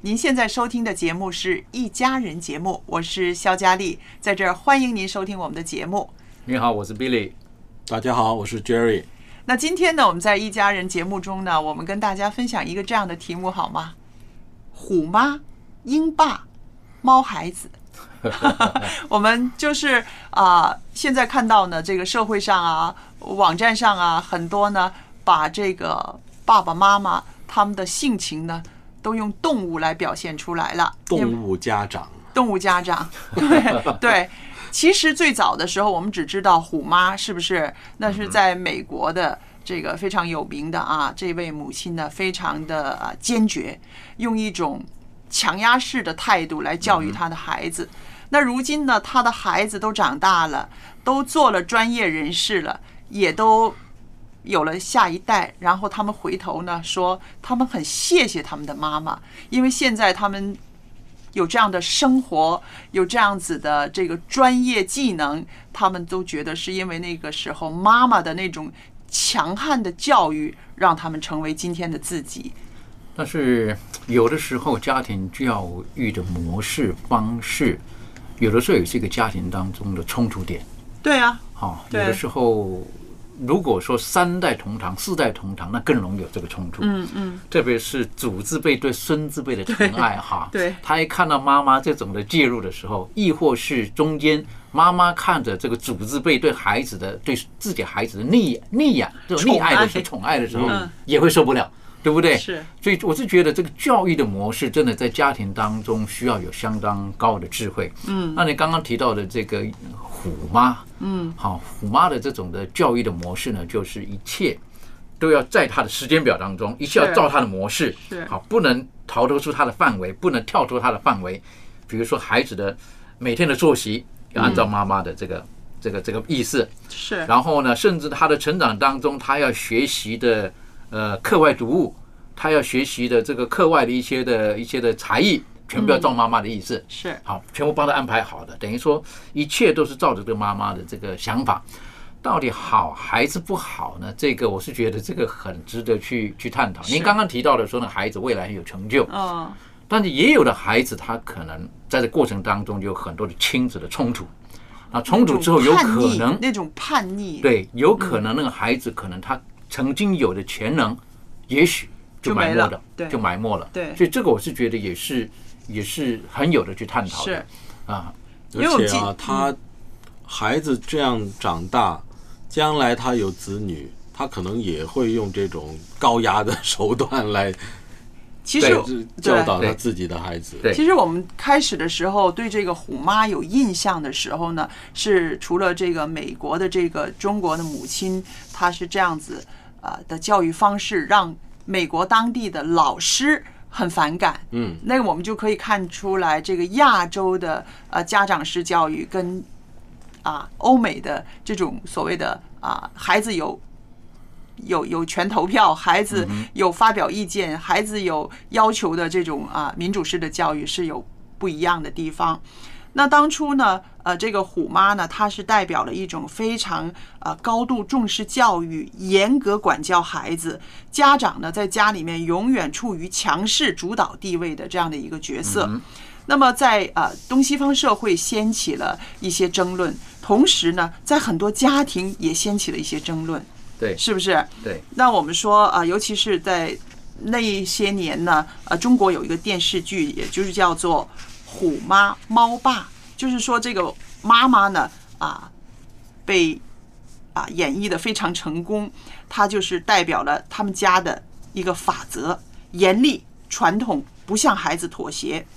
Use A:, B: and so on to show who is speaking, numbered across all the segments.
A: 您现在收听的节目是《一家人》节目，我是肖佳丽，在这儿欢迎您收听我们的节目。
B: 你好，我是 Billy。
C: 大家好，我是 Jerry。
A: 那今天呢，我们在《一家人》节目中呢，我们跟大家分享一个这样的题目，好吗？虎妈、鹰爸、猫孩 子。 我们就是啊、现在看到呢，这个社会上啊、网站上啊，很多呢，把这个爸爸妈妈他们的性情呢，都用动物来表现出来了。
C: 动物家长，
A: 动物家长，对对。其实最早的时候，我们只知道虎妈是不是？那是在美国的这个非常有名的啊，这位母亲呢，非常的啊坚决，用一种强压式的态度来教育她的孩子。那如今呢，她的孩子都长大了，都做了专业人士了，也都有了下一代，然后他们回头呢说，他们很谢谢他们的妈妈，因为现在他们有这样的生活，有这样子的这个专业技能，他们都觉得是因为那个时候妈妈的那种强悍的教育，让他们成为今天的自己。
B: 但是有的时候家庭教育的模式方式，有的时候也是一个家庭当中的冲突点。
A: 对啊，
B: 哈、
A: 对
B: 有的时候如果说三代同堂、四代同堂，那更容易有这个冲突。
A: 嗯嗯，
B: 特别是祖字辈对孙字辈的疼爱哈，
A: 对
B: 他一看到妈妈这种的介入的时候，亦或是中间妈妈看着这个祖字辈对孩子的对自己孩子的溺溺呀这种溺爱的时候、
A: 宠
B: 宠爱的时候
A: 嗯，
B: 也会受不了，对不对？
A: 是，
B: 所以我是觉得这个教育的模式真的在家庭当中需要有相当高的智慧。嗯，那你刚刚提到的这个虎妈，嗯，好，虎妈的这种的教育的模式呢，就是一切都要在她的时间表当中，一切要
A: 是
B: 照她的模式
A: 是，
B: 好，不能逃脱出她的范围，不能跳脱她的范围。比如说孩子的每天的作息要按照妈妈的这个这个这个意思，
A: 是
B: 然后呢，甚至他的成长当中，他要学习的呃课外读物，他要学习的这个课外的一些的一些的才艺，全部要照妈妈的意思，
A: 是，
B: 好，全部帮他安排好的，等于说一切都是照着这个妈妈的这个想法。到底好还是不好呢？这个我是觉得这个很值得去去探讨。您刚刚提到的说呢，孩子未来很有成就，
A: 嗯，
B: 但是也有的孩子他可能在这过程当中就有很多的亲子的冲突，啊，冲突之后有可能
A: 那种叛逆，
B: 对，有可
A: 嗯
B: 能那个孩子可能他曾经有的潜能，也许
A: 就
B: 就
A: 没
B: 埋没
A: 了
B: 了，
A: 对
B: 就埋没了。
A: 对
B: 所以这个我是觉得也是也是很有的去探讨
A: 是
B: 的。啊，
C: 嗯
A: 因为我
C: 而且
A: 记
C: 啊，他孩子这样长大，将来他有子女，他可能也会用这种高压的手段来
A: 其实
C: 教导
B: 对
C: 他自己的孩子。
B: 对
A: 其实我们开始的时候对这个虎妈有印象的时候呢，是除了这个美国的这个中国的母亲，她是这样子啊、呃的教育方式，让美国当地的老师很反感。
C: 嗯，
A: 那我们就可以看出来，这个亚洲的呃家长式教育跟啊欧美的这种所谓的啊孩子有有有权投票，孩子有发表意见，孩子有要求的这种啊民主式的教育是有不一样的地方。那当初呢，呃，这个虎妈呢，她是代表了一种非常呃高度重视教育、严格管教孩子，家长呢在家里面永远处于强势主导地位的这样的一个角色。那么在呃东西方社会掀起了一些争论，同时呢，在很多家庭也掀起了一些争论，
B: 对
A: 是不是？
B: 对，
A: 那我们说啊、呃尤其是在那一些年呢，呃，中国有一个电视剧，也就是叫做《虎妈猫爸》，就是说这个妈妈呢啊、被啊、演绎的非常成功，她就是代表了他们家的一个法则，严厉、传统，不向孩子妥协。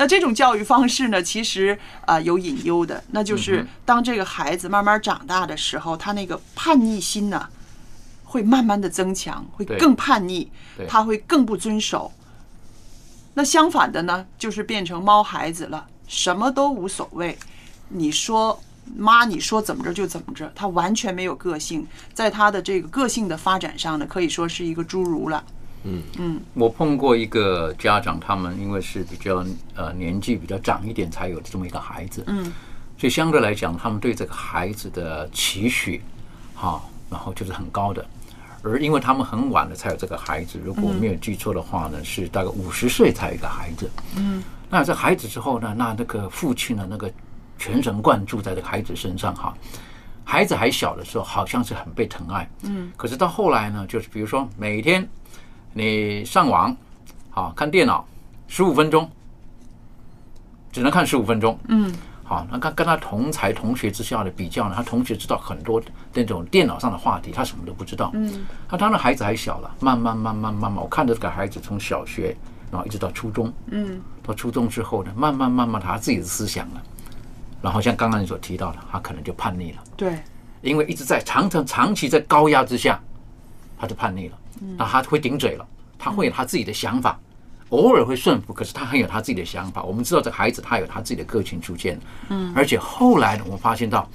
A: 那这种教育方式呢，其实啊、呃有隐忧的，那就是当这个孩子慢慢长大的时候，他那个叛逆心呢，会慢慢的增强，会
B: 对
A: 更叛逆
B: 对，
A: 他会更不遵守。那相反的呢，就是变成猫孩子了，什么都无所谓，你说妈，你说怎么着就怎么着，他完全没有个性，在他的这个个性的发展上呢，可以说是一个侏儒了。
B: 我碰过一个家长，他们因为是比较呃年纪比较长一点才有这么一个孩子，嗯，所以相对来讲，他们对这个孩子的期许，哈、然后就是很高的。而因为他们很晚了才有这个孩子，如果我没有记错的话呢，是大概五十岁才有一个孩子，嗯，那有这孩子之后呢，那那个父亲呢，那个全神贯注在这个孩子身上哈。孩子还小的时候，好像是很被疼爱，嗯，可是到后来呢，就是比如说每天你上网，好看电脑，十五分钟，只能看十五分钟。嗯，好，那跟跟他同才同学之下的比较呢，他同学知道很多那种电脑上的话题，他什么都不知道。嗯，他当然孩子还小了，慢慢慢慢慢慢，我看着这个孩子从小学，然后一直到初中，嗯，到初中之后呢，慢慢慢慢他自己的思想了，然后像刚刚你所提到的，他可能就叛逆了。
A: 对，
B: 因为一直在长长长期在高压之下，他就叛逆了，那他会顶嘴了，他会有他自己的想法，偶尔会顺服，可是他很有他自己的想法。我们知道这个孩子他有他自己的个性出现，嗯，而且后来呢，我们发现到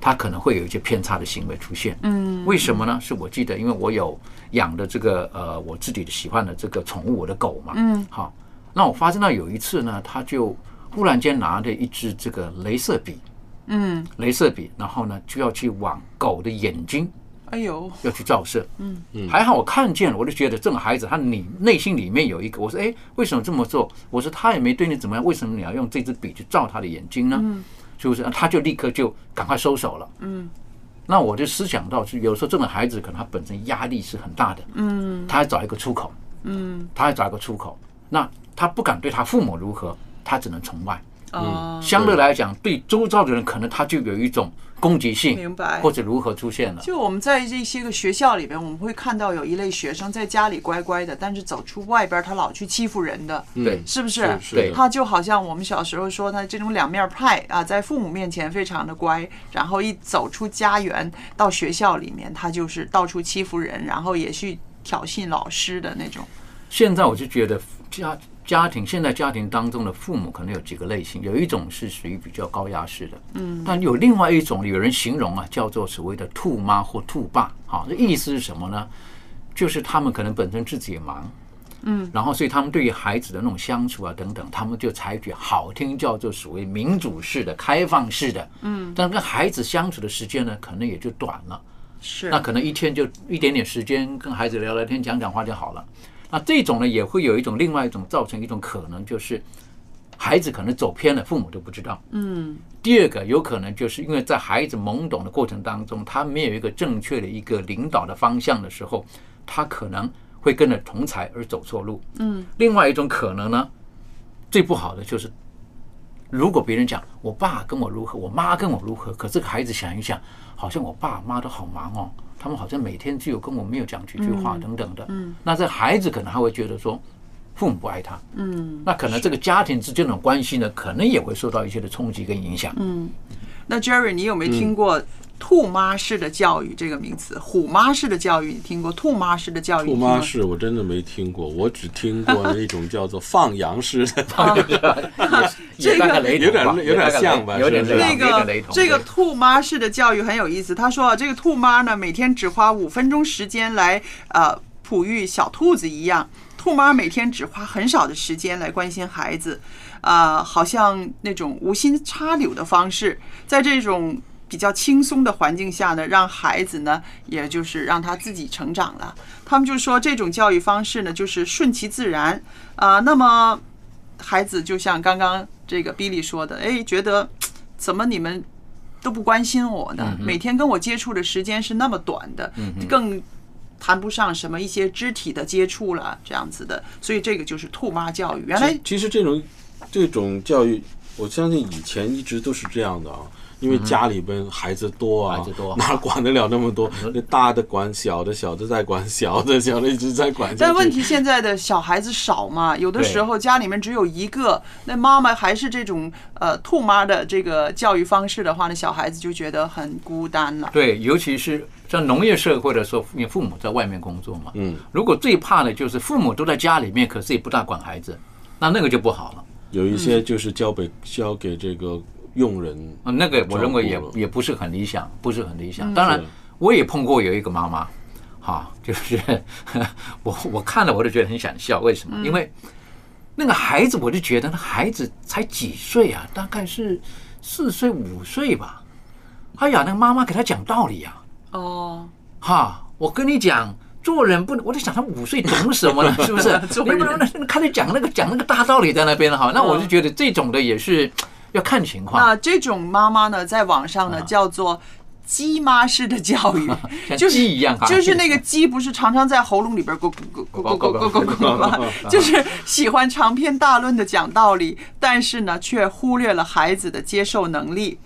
B: 他可能会有一些偏差的行为出现，嗯，为什么呢？是我记得，因为我有养的这个呃我自己的喜欢的这个宠物，我的狗嘛，嗯，好，那我发现到有一次呢，他就忽然间拿着一支这个镭射笔，镭射笔，然后呢就要去往狗的眼睛
A: 哎呦，
B: 要去照射。嗯嗯，还好我看见了，我就觉得这个孩子他你内心里面有一个，我说哎，为什么这么做？我说他也没对你怎么样，为什么你要用这支笔去照他的眼睛呢？嗯，是不是？他就立刻就赶快收手了。嗯。那我就思想到，是有时候这种孩子可能他本身压力是很大的，嗯，他要找一个出口，嗯，他要找一个出口，那他不敢对他父母如何，他只能从外，
A: 啊、
B: 相对来讲，对周遭的人可能他就有一种攻击性，
A: 明白
B: 或者如何出现了。
A: 就我们在这些个学校里边，我们会看到有一类学生在家里乖乖的，但是走出外边儿他老去欺负人的，
B: 对
A: 是不是？
C: 是的
A: 他就好像我们小时候说他这种两面派啊，在父母面前非常的乖，然后一走出家园到学校里面，他就是到处欺负人，然后也去挑衅老师的那种。
B: 现在我就觉得家家庭现在家庭当中的父母可能有几个类型，有一种是属于比较高压式的，嗯，但有另外一种，有人形容啊，叫做所谓的“兔妈”或“兔爸”。好，这意思是什么呢？就是他们可能本身自己也忙，嗯，然后所以他们对于孩子的那种相处啊等等，他们就采取好听叫做所谓民主式的、开放式的，嗯，但跟孩子相处的时间呢，可能也就短了。
A: 是
B: 那可能一天就一点点时间跟孩子聊聊天、讲讲话就好了。那这种呢，也会有一种另外一种造成一种可能，就是孩子可能走偏了，父母都不知道。嗯。第二个有可能就是因为在孩子懵懂的过程当中，他没有一个正确的一个领导的方向的时候，他可能会跟着同才而走错路。嗯。另外一种可能呢，最不好的就是。如果别人讲我爸跟我如何，我妈跟我如何，可这个孩子想一想，好像我爸妈都好忙哦，他们好像每天只有跟我没有讲几句话等等的。嗯，那这孩子可能还会觉得说，父母不爱他。嗯，那可能这个家庭之间的关系呢，可能也会受到一些的冲击跟影响。嗯，
A: 那 Jerry，你有没有听过兔妈式的教育这个名词，虎妈式的教育你听过？兔妈式的教育你
C: 兔
A: 听过
C: 妈式我真的没听过，我只听过那种叫做放羊 式的放羊
B: 也大概雷同
C: 有
B: 吧，
C: 点有点像吧
B: 有点
C: 是不是
A: 这
B: 雷同，有点
A: 个
B: 雷同。
A: 这个
B: 对
A: 兔妈式的教育很有意思。他说啊，这个兔妈呢，每天只花五分钟时间来呃哺育小兔子一样，兔妈每天只花很少的时间来关心孩子，啊、好像那种无心插柳的方式，在这种。比较轻松的环境下呢，让孩子呢，也就是让他自己成长了。他们就说这种教育方式呢，就是顺其自然啊、那么孩子就像刚刚这个比利说的，哎，觉得怎么你们都不关心我呢？每天跟我接触的时间是那么短的，更谈不上什么一些肢体的接触了，这样子的。所以这个就是兔妈教育。原来
C: 其实这种这种教育，我相信以前一直都是这样的啊。因为家里边孩子多啊，
B: 孩子多
C: 哪管得了那么多？那大的管小的，小的再管小的，小的一直在管下去。
A: 但问题现在的小孩子少嘛，有的时候家里面只有一个，那妈妈还是这种呃兔妈的这个教育方式的话，那小孩子就觉得很孤单了。
B: 对，尤其是像农业社会的时候，因为父母在外面工作嘛，
C: 嗯，
B: 如果最怕的就是父母都在家里面，可是也不大管孩子，那那个就不好了。
C: 有一些就是交给交给这个佣人
B: 啊，那个我认为也
C: 照顾了
B: 也不是很理想，不是很理想。当然，我也碰过有一个妈妈，哈，就是 我我看了我都觉得很想笑，为什么？因为那个孩子，我就觉得那孩子才几岁啊，大概是四岁五岁吧。哎呀，那个妈妈给他讲道理呀、
A: 哦，
B: 哈，我跟你讲，做人不能，我在想他五岁懂什么呢？是不是？你不能那开始讲那个讲那个大道理在那边哈，那我就觉得这种的也是要看情况。，
A: 那这种妈妈呢，在网上呢叫做。鸡妈式的教育
B: 像
A: 就是
B: 鸡一样哈
A: 就是那个鸡不是常常在喉咙里边咕咕咕咕咕咕咕咕咕咕吗？就是喜欢长篇大论的讲道理，但是呢，却忽略了孩子的接受能力。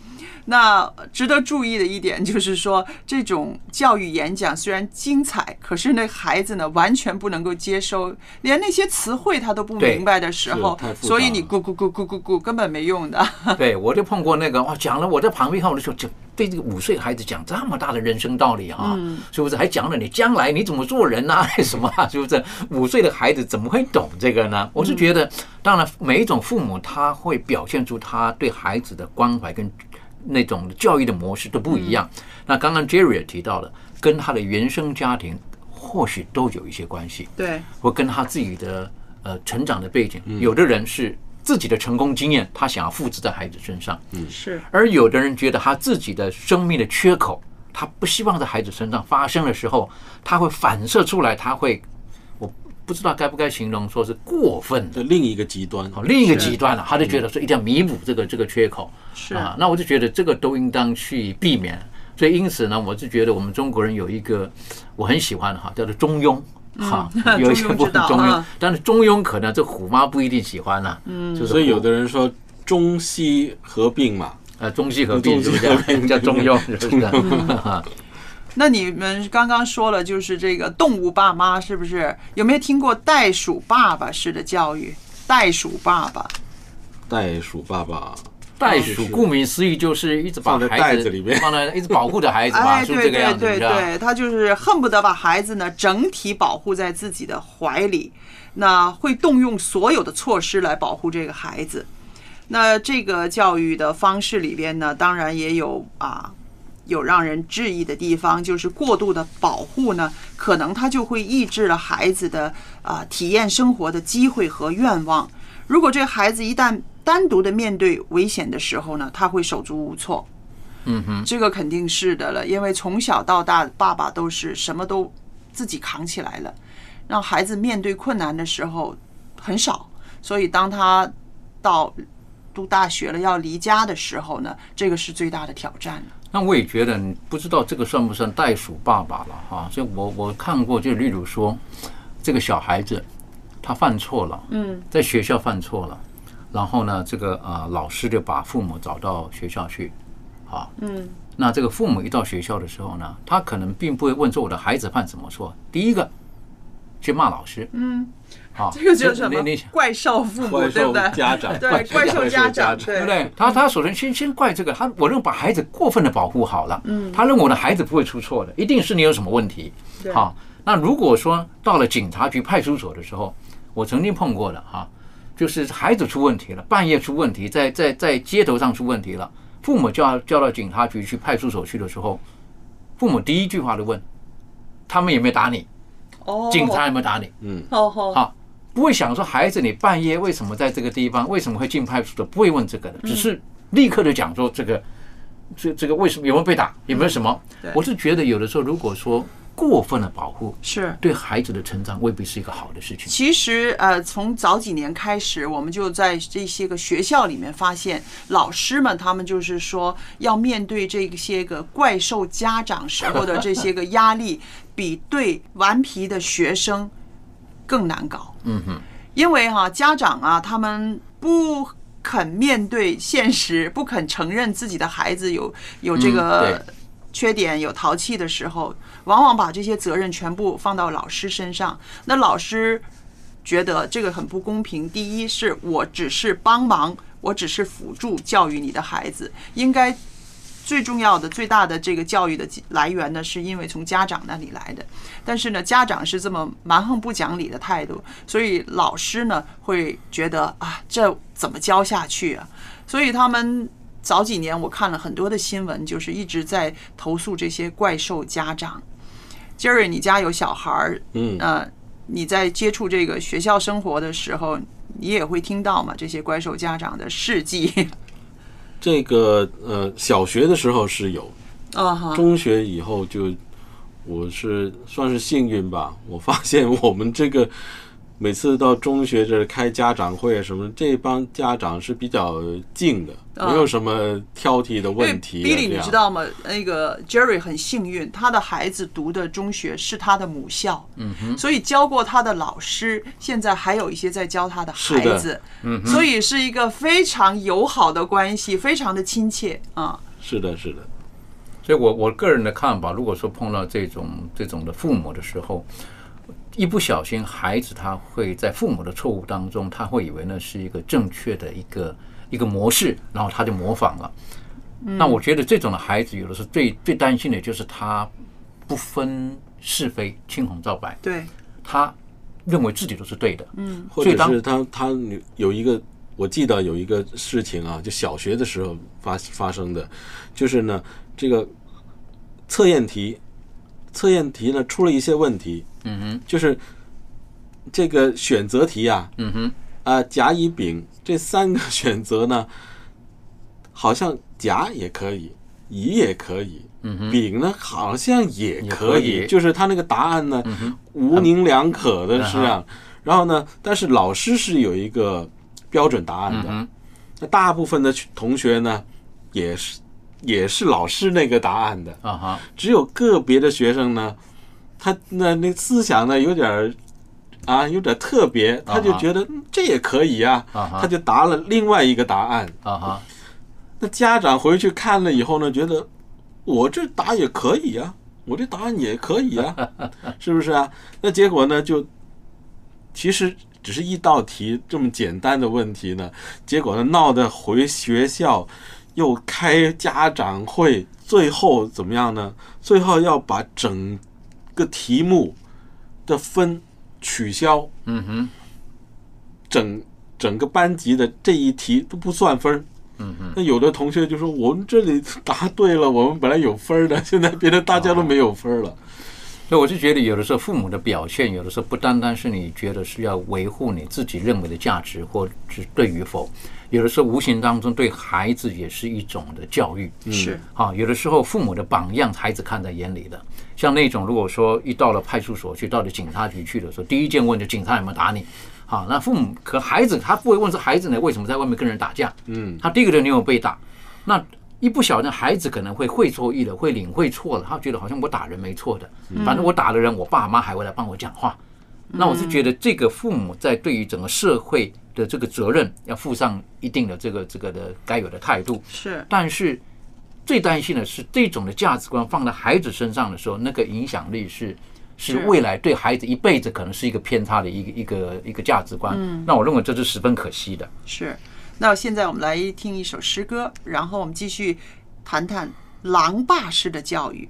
A: 那值得注意的一点就是说，这种教育演讲虽然精彩，可是那孩子呢完全不能够接收，连那些词汇他都不
B: 对
A: 明白的时候
C: 是太，复杂
A: 所以你
C: 了
A: 咕咕咕咕咕咕根本没用的。
B: 对，我就碰过那个哇，讲了我在旁边看，我就说，这对这个五岁孩子讲这么大的人生道理啊，是不是？还讲了你将来你怎么做人呐、什么啊，是不是？五岁的孩子怎么会懂这个呢？我是觉得，当然每一种父母他会表现出他对孩子的关怀跟那种教育的模式都不一样。那刚刚 Jerry 也提到了，跟他的原生家庭或许都有一些关系。
A: 对，
B: 或跟他自己的呃成长的背景，
C: 嗯
B: 有的人是自己的成功经验，他想要复制在孩子身上，
C: 嗯
A: 是
B: 而有的人觉得他自己的生命的缺口，他不希望在孩子身上发生的时候，他会反射出来，他会我不知道该不该形容说是过分
C: 的
B: 的。
C: 另一个极端，
B: 好，另一个极端了、他就觉得说一定要弥补这个这个缺口，
A: 是
B: 啊，那我就觉得这个都应当去避免。所以因此呢，我是觉得我们中国人有一个我很喜欢的哈，叫做中庸。 哈，有一些
A: 嗯中庸
B: 不
A: 之道
B: 中庸
A: 啊，
B: 但是中庸可能这虎妈不一定喜欢啦。嗯，就是
C: 所以
B: 虎
C: 有的人说中西合并嘛，
B: 呃中西合并
C: 中西
B: 是不是这
C: 合并
B: 样叫中庸？是不是？哈
A: 那你们刚刚说了，就是这个动物爸妈是不是？有没有听过袋鼠爸爸式的教育？袋鼠爸爸，
C: 袋鼠爸爸，
B: 袋鼠顾名思义就是一直把
C: 放在
B: 孩子
C: 袋子里面
B: 放在一直保护着孩子嘛，
A: 哎，
B: 是不是
A: 对
B: 这
A: 对
B: 个样子？
A: 对
B: 你知道
A: 对，他就是恨不得把孩子呢整体保护在自己的怀里，那会动用所有的措施来保护这个孩子。那这个教育的方式里边呢，当然也有啊，有让人质疑的地方，就是过度的保护呢，可能它就会抑制了孩子的啊、体验生活的机会和愿望。如果这个孩子一旦单独的面对危险的时候呢，他会手足无措。嗯哼，这个肯定是的了，因为从小到大，爸爸都是什么都自己扛起来了，让孩子面对困难的时候很少，所以当他到读大学了要离家的时候呢，这个是最大的挑战了。
B: 那我也觉得，你不知道这个算不算袋鼠爸爸了哈、所以我我看过，就例如说，这个小孩子他犯错了，嗯，在学校犯错了，然后呢，这个呃老师就把父母找到学校去，啊，嗯，那这个父母一到学校的时候呢，他可能并不会问说我的孩子犯什么错。第一个，去骂老师，嗯，啊，
A: 这个就是什么
B: 你你
A: 怪兽父母，
C: 怪
A: 对不
C: 兽
A: 对？
C: 家长，
A: 对，怪兽家长，
B: 对不对？他他首先先先怪这个，他我认为把孩子过分的保护好了，嗯，他认为我的孩子不会出错的，一定是你有什么问题，好。那如果说到了警察局、派出所的时候，我曾经碰过的哈、就是孩子出问题了，半夜出问题，在在在街头上出问题了，父母叫叫到警察局去、派出所去的时候，父母第一句话就问，他们有没有打你？
A: 哦，
B: 警察有没有打你？
A: 哦，哦
B: 啊，不会想说孩子你半夜为什么在这个地方，为什么会进派出所，不会问这个的，
A: 嗯
B: 只是立刻的讲说这个，这这个为什么有没有被打，有没有什么？我是觉得有的时候如果说过分的保护，
A: 是。
B: 对孩子的成长未必是一个好的事情。
A: 其实，呃，从早几年开始，我们就在这些个学校里面发现，老师们他们就是说要面对这些个怪兽家长时候的这些个压力，比对顽皮的学生更难搞。嗯哼，因为哈、家长啊，他们不。肯面对现实，不肯承认自己的孩子有有这个
B: 对
A: 缺点有淘气的时候，往往把这些责任全部放到老师身上。那老师觉得这个很不公平。第一是我只是帮忙，我只是辅助教育你的孩子，应该最重要的、最大的这个教育的来源呢，是因为从家长那里来的。但是呢，家长是这么蛮横不讲理的态度，所以老师呢会觉得啊，这怎么教下去啊？所以他们早几年我看了很多的新闻，就是一直在投诉这些怪兽家长。Jerry，你家有小孩儿，
C: 嗯
A: 呃，你在接触这个学校生活的时候，你也会听到嘛这些怪兽家长的事迹
C: 这个呃，小学的时候是有，
A: 啊哈，
C: 中学以后就，我是算是幸运吧。我发现我们这个每次到中学这儿开家长会啊什么，这帮家长是比较静的，
A: 啊
C: 没有什么挑剔的问题、啊。
A: 因为 Billy，
C: 这
A: 你
C: 样
A: 知道吗？那个 Jerry 很幸运，他的孩子读的中学是他的母校，嗯哼，所以教过他的老师，现在还有一些在教他的孩
C: 是的
A: 子，嗯，所以是一个非常友好的关系，非常的亲切啊。
C: 是的，是的，
B: 所以我我个人的看法，如果说碰到这种这种的父母的时候，一不小心，孩子他会在父母的错误当中，他会以为那是一个正确的一个一个模式，然后他就模仿了。
C: 嗯
B: 那我觉得这种的孩子，有的时候最最担心的就是他不分是非、青红皂白，
A: 对，
B: 他认为自己都是对的。嗯，
C: 或者是他他有一个，我记得有一个事情啊，就小学的时候发发生的，就是呢，这个测验题，测验题呢出了一些问题，嗯哼，就是这个选择题啊，嗯哼，啊、甲、乙、丙这三个 选择呢，好像甲也可以，乙也可以。丙呢，好像也可
B: 也嗯可
C: 以，
B: 以嗯
C: 就是他那个答案呢，模棱两可的是啊，然后呢，但是老师是有一个标准答
B: 嗯
C: 案的，那大部分的同学呢，也是也是老师那个答案的，
B: 啊哈，
C: 只有个别的学生呢，他那那思想呢有点儿啊，有点特别，他就
B: 啊哈
C: 觉得、嗯这也可以啊，
B: 啊哈
C: 他就答了另外一个答案。
B: 啊哈，
C: 那家长回去看了以后呢，觉得我这答也可以啊，我这答案也可以啊， 是不是啊？那结果呢，就其实只是一道题这么简单的问题呢，结果呢闹得回学校又开家长会，最后怎么样呢？最后要把整个题目的分取消，
B: 嗯哼，
C: 整整个班级的这一题都不算分儿。
B: 嗯
C: 那
B: 啊
C: 有的同学就说我们这里答对了，我们本来有分儿的，现在变成
B: 啊
C: 大家都没有分儿了。
B: 所以我是觉得，有的时候父母的表现，有的时候不单单是你觉得是要维护你自己认为的价值或是对与否，有的时候无形当中对孩子也是一种的教育。
A: 是
B: 啊，有的时候父母的榜样，孩子看在眼里的。像那种如果说一到了派出所去，到了警察局去的时候，第一件问就警察有没有打你。好，那父母可孩子他不会问是孩子呢为什么在外面跟人打架？嗯，他第一个就你有没有被打，那一不小心孩子可能会会错意了，会领会错了，他觉得好像我打人没错的，反正我打了人，我爸妈还会来帮我讲话。那我是觉得这个父母在对于整个社会的这个责任要负上一定的这个这个的该有的态度。
A: 是，
B: 但是最担心的是这种的价值观放在孩子身上的时候，那个影响力是是未来对孩子一辈子可能是一个偏差的一个一个一个价值观。那我认为这是十分可惜的。
A: 是。那现在我们来听一首诗歌，然后我们继续谈谈狼爸式的教育。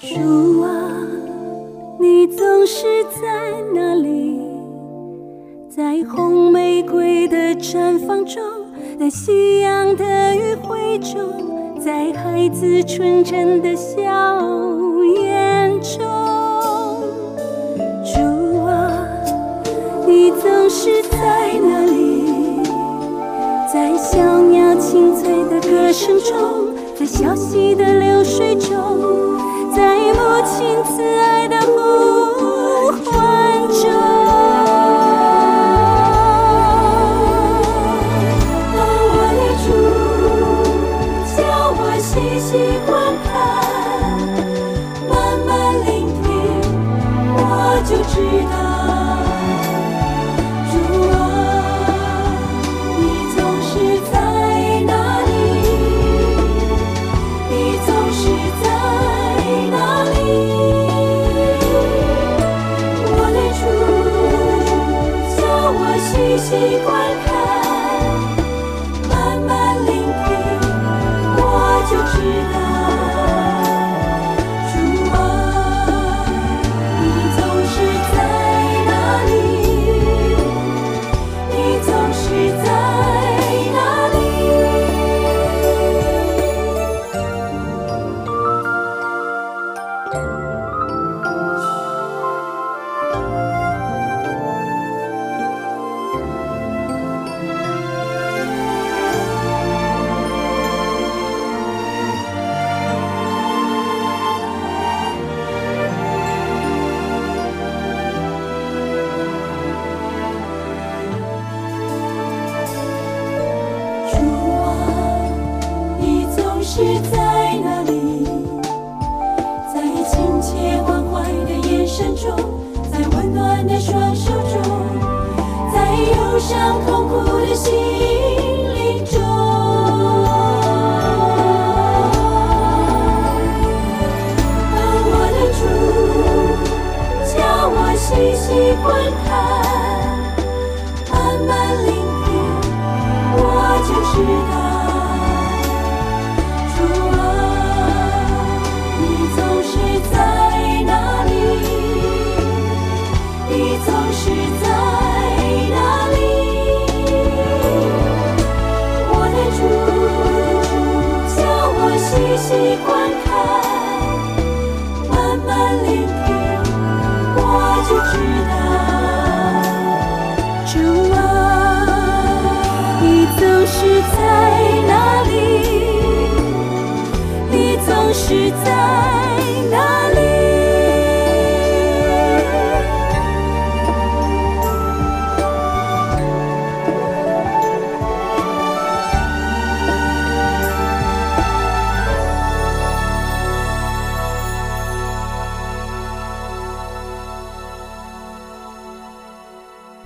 D: 主啊，你总是在那里，在红玫瑰的绽放中，在夕阳的余晖中，在孩子纯真的笑颜中。主啊，你总是在那里，在小鸟清脆的歌声中，在小溪的流水中。在母亲慈爱的呼唤中，哦，我的主，叫我细细观看，慢慢聆听，我就知道，主啊，你总是在那里。你总是在哪里？我的主，叫我细细观看，慢慢聆听，我就知道。主啊，你总是在哪里？你总是在哪里？主啊，你总是在那里，在亲切关怀的眼神中，在温暖的双手中，在忧伤痛苦的心灵中。哦，我的主，叫我细细观看，慢慢聆听。我就知道，主啊，你总是在哪里？你总是在哪里？我的主，叫我细细观看，慢慢聆听，我就知道。主啊，你总是在哪里？你总是在哪里？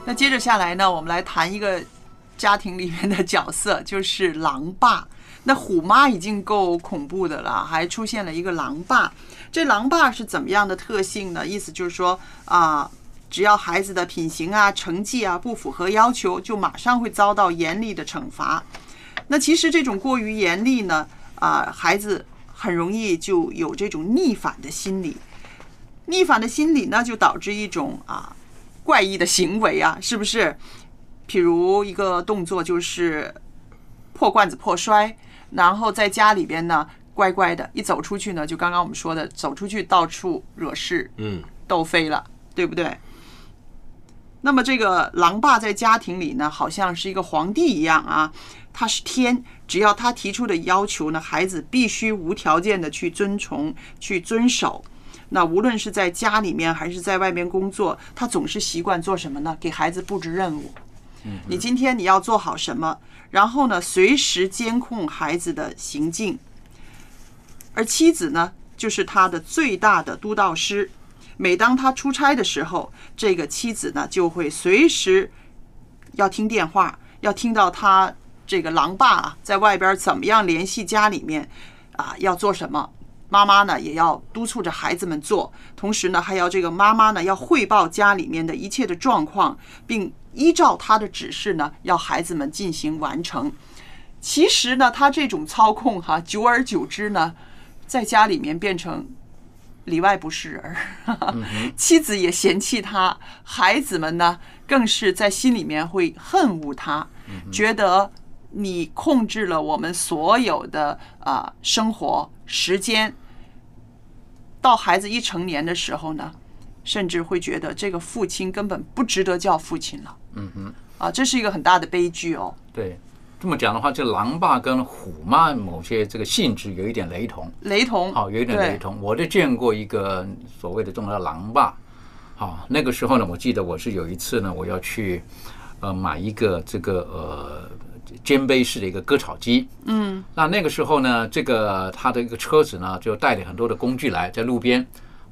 A: 那接着下来呢，我们来谈一个家庭里面的角色，就是狼爸。那虎妈已经够恐怖的了，还出现了一个狼爸。这狼爸是怎么样的特性呢？意思就是说啊、只要孩子的品行啊、成绩啊不符合要求，就马上会遭到严厉的惩罚。那其实这种过于严厉呢，啊、孩子很容易就有这种逆反的心理。逆反的心理呢，就导致一种啊怪异的行为啊，是不是？譬如一个动作就是破罐子破摔，然后在家里边呢乖乖的，一走出去呢，就刚刚我们说的，走出去到处惹事
C: 嗯，
A: 斗非了，对不对？那么这个狼爸在家庭里呢，好像是一个皇帝一样啊，他是天，只要他提出的要求呢，孩子必须无条件的去遵从、去遵守。那无论是在家里面还是在外面工作，他总是习惯做什么呢？给孩子布置任务。你今天你要做好什么？然后呢，随时监控孩子的行径。而妻子呢，就是他的最大的督导师。每当他出差的时候，这个妻子呢就会随时要听电话，要听到他这个狼爸啊在外边怎么样联系家里面啊要做什么。妈妈呢也要督促着孩子们做，同时呢还要这个妈妈呢要汇报家里面的一切的状况，并依照他的指示呢要孩子们进行完成。其实呢，他这种操控哈、久而久之呢，在家里面变成里外不是人儿， 妻子也嫌弃他，孩子们呢更是在心里面会恨恶他，觉得你控制了我们所有的啊、呃生活时间。到孩子一成年的时候呢，甚至会觉得这个父亲根本不值得叫父亲了。嗯哼，啊，这是一个很大的悲剧哦。
B: 对，这么讲的话，这狼爸跟虎妈某些这个性质有一点雷同。
A: 雷同，
B: 哦好，有一点
A: 嗯对
B: 雷同。我就见过一个所谓的中国的狼爸，好，那个时候呢，我记得我是有一次呢，我要去呃买一个这个呃肩背式的一个割草机，嗯，那那个时候呢，这个他的一个车子呢，就带了很多的工具来，在路边。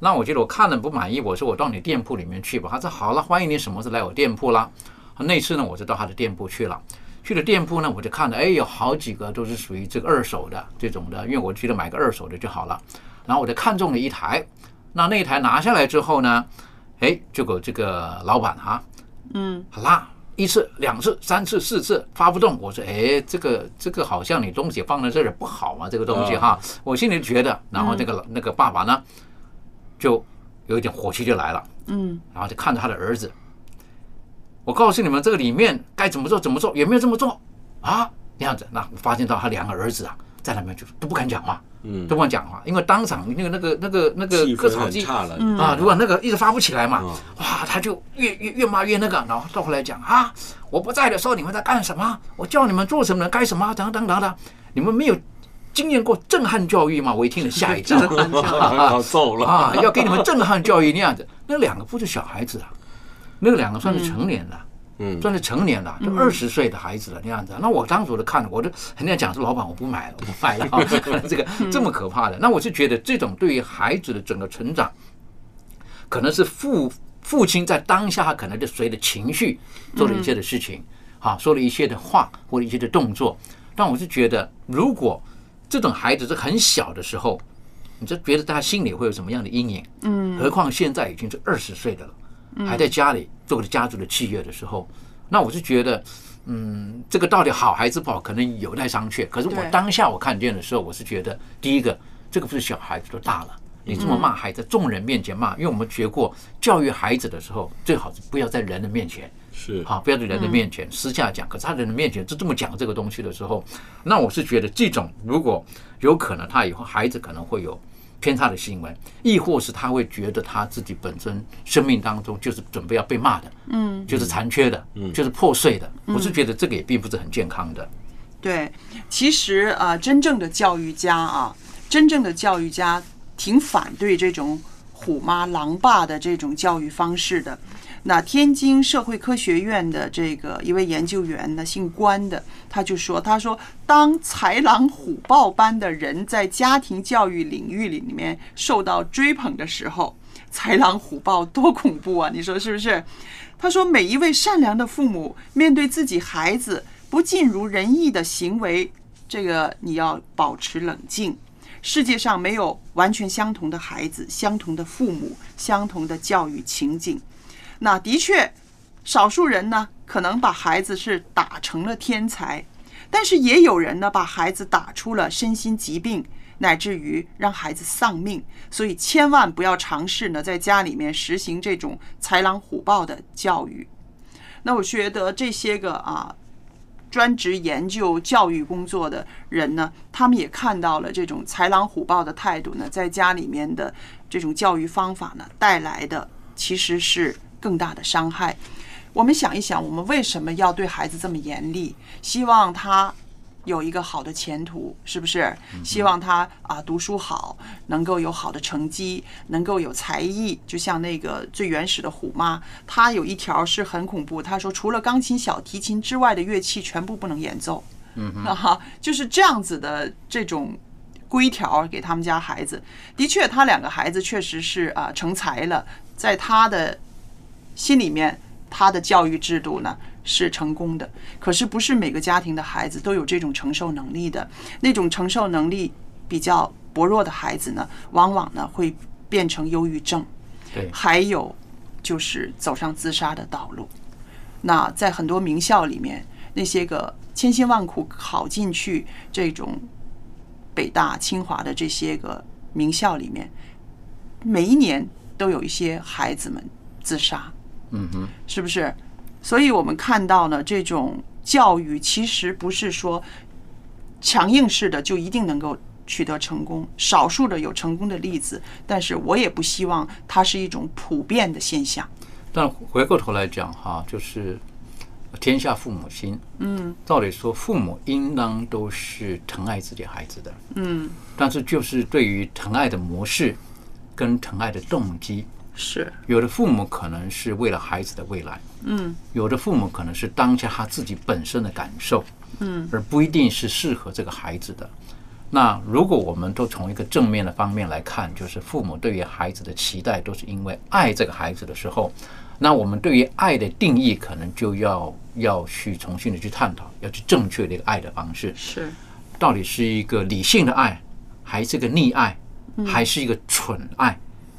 B: 那我觉得我看了不满意，我说我到你店铺里面去吧。他说好了，欢迎你什么时候来我店铺啦。那次呢，我就到他的店铺去了。去了店铺呢，我就看了，哎，有好几个都是属于这个二手的这种的，因为我觉得买个二手的就好了。然后我就看中了一台，那那一台拿下来之后呢，哎，结果这个老板啊，嗯，拉一次、两次、三次、四次发不动，我说，哎，这个这个好像你东西放在这儿不好啊，这个东西哈，我心里觉得。然后那个那个爸爸呢，就有一点火气就来了，嗯，然后就看着他的儿子，我告诉你们，这个里面该怎么做怎么做，有没有这么做啊？那样子，那我发现到他两个儿子啊，在那边就都不敢讲话，
C: 嗯
B: 都不敢讲话，因为当场那个那个那个那个
C: 气
B: 割
C: 氛
B: 草
C: 很
B: 机
C: 差了
B: 啊，如果那个一直发不起来嘛
C: 嗯，
B: 哇，他就越越越骂越那个，然后到后来讲啊，我不在的时候你们在干什么？我叫你们做什么干什么？等等等等，你们没有经验过震撼教育吗？我一听了吓一跳，
C: 要揍了
B: 啊，要给你们震撼教育那样子。 那两个不是小孩子啊，那个两个算是成年了，
C: 嗯
B: 算是成年了，就二十岁的孩子了那样子。那我当时我就看了，我就很想讲说，老板我不买了，我不买了啊，这个这么可怕的。那我是觉得这种对于孩子的整个成长，可能是父父亲在当下可能就随着情绪做了一些的事情，啊，说了一些的话或者一些的动作。但我是觉得，如果这种孩子是很小的时候，你就觉得他心里会有什么样的阴影？嗯，何况现在已经是二十岁的了，还在家里做着家族的企业的时候，那我是觉得，嗯，这个到底好还是不好，可能有待商榷。可是我
A: 对
B: 当下我看见的时候，我是觉得，第一个，这个不是小孩子都大了。你这么骂孩子，众人面前骂，因为我们学过教育孩子的时候，最好是不要在人的面前，
C: 是
B: 好，不要在人的面前私下讲，可是他人的面前就这么讲这个东西的时候，那我是觉得这种如果有可能，他以后孩子可能会有偏差的行为，亦或是他会觉得他自己本身生命当中就是准备要被骂的，嗯，就是残缺的，嗯，就是破碎的，我是觉得这个也并不是很健康的，
A: 对，其实啊，真正的教育家啊，真正的教育家挺反对这种虎妈狼爸的这种教育方式的。那天津社会科学院的这个一位研究员呢，姓关的，他就说，他说，当豺狼虎豹般的人在家庭教育领域里面受到追捧的时候，豺狼虎豹多恐怖啊！你说是不是？他说，每一位善良的父母面对自己孩子不尽如人意的行为，这个你要保持冷静。世界上没有完全相同的孩子、相同的父母、相同的教育情景。那的确，少数人呢可能把孩子是打成了天才，但是也有人呢把孩子打出了身心疾病，乃至于让孩子丧命。所以千万不要尝试呢在家里面实行这种豺狼虎豹的教育。那我觉得这些个啊。专职研究教育工作的人呢，他们也看到了这种豺狼虎豹的态度呢，在家里面的这种教育方法呢带来的其实是更大的伤害。我们想一想，我们为什么要对孩子这么严厉？希望他有一个好的前途，是不是？希望他啊读书好，能够有好的成绩，能够有才艺。就像那个呃最原始的虎妈，她有一条是很恐怖，她说除了钢琴、小提琴之外的乐器全部不能演奏。嗯哈、就是这样子的这种规条给他们家孩子。的确，他两个孩子确实是啊、成才了，在他的心里面，他的教育制度呢是成功的。可是不是每个家庭的孩子都有这种承受能力的，那种承受能力比较薄弱的孩子呢，往往呢会变成忧郁症，
B: 对，
A: 还有就是走上自杀的道路。那在很多名校里面，那些个千辛万苦考进去这种北大、清华的这些个名校里面，每一年都有一些孩子们自杀，
B: 嗯哼，
A: 是不是？所以我们看到呢，这种教育其实不是说强硬式的就一定能够取得成功，少数的有成功的例子，但是我也不希望它是一种普遍的现象。
B: 但回过头来讲哈，就是天下父母心。
A: 嗯
B: 照理说，父母应当都是疼爱自己孩子的，
A: 嗯，
B: 但是就是对于疼爱的模式跟疼爱的动机，
A: 是，
B: 有的父母可能是为了孩子的未来，
A: 嗯
B: 有的父母可能是当下他自己本身的感受，
A: 嗯，
B: 而不一定是适合这个孩子的。那如果我们都从一个正面的方面来看，就是父母对于孩子的期待都是因为爱这个孩子的时候，那我们对于爱的定义可能就要要去重新的去探讨，要去正确的一个爱的方式，
A: 是，
B: 到底是一个理性的爱，还是一个溺爱，还是一个蠢爱？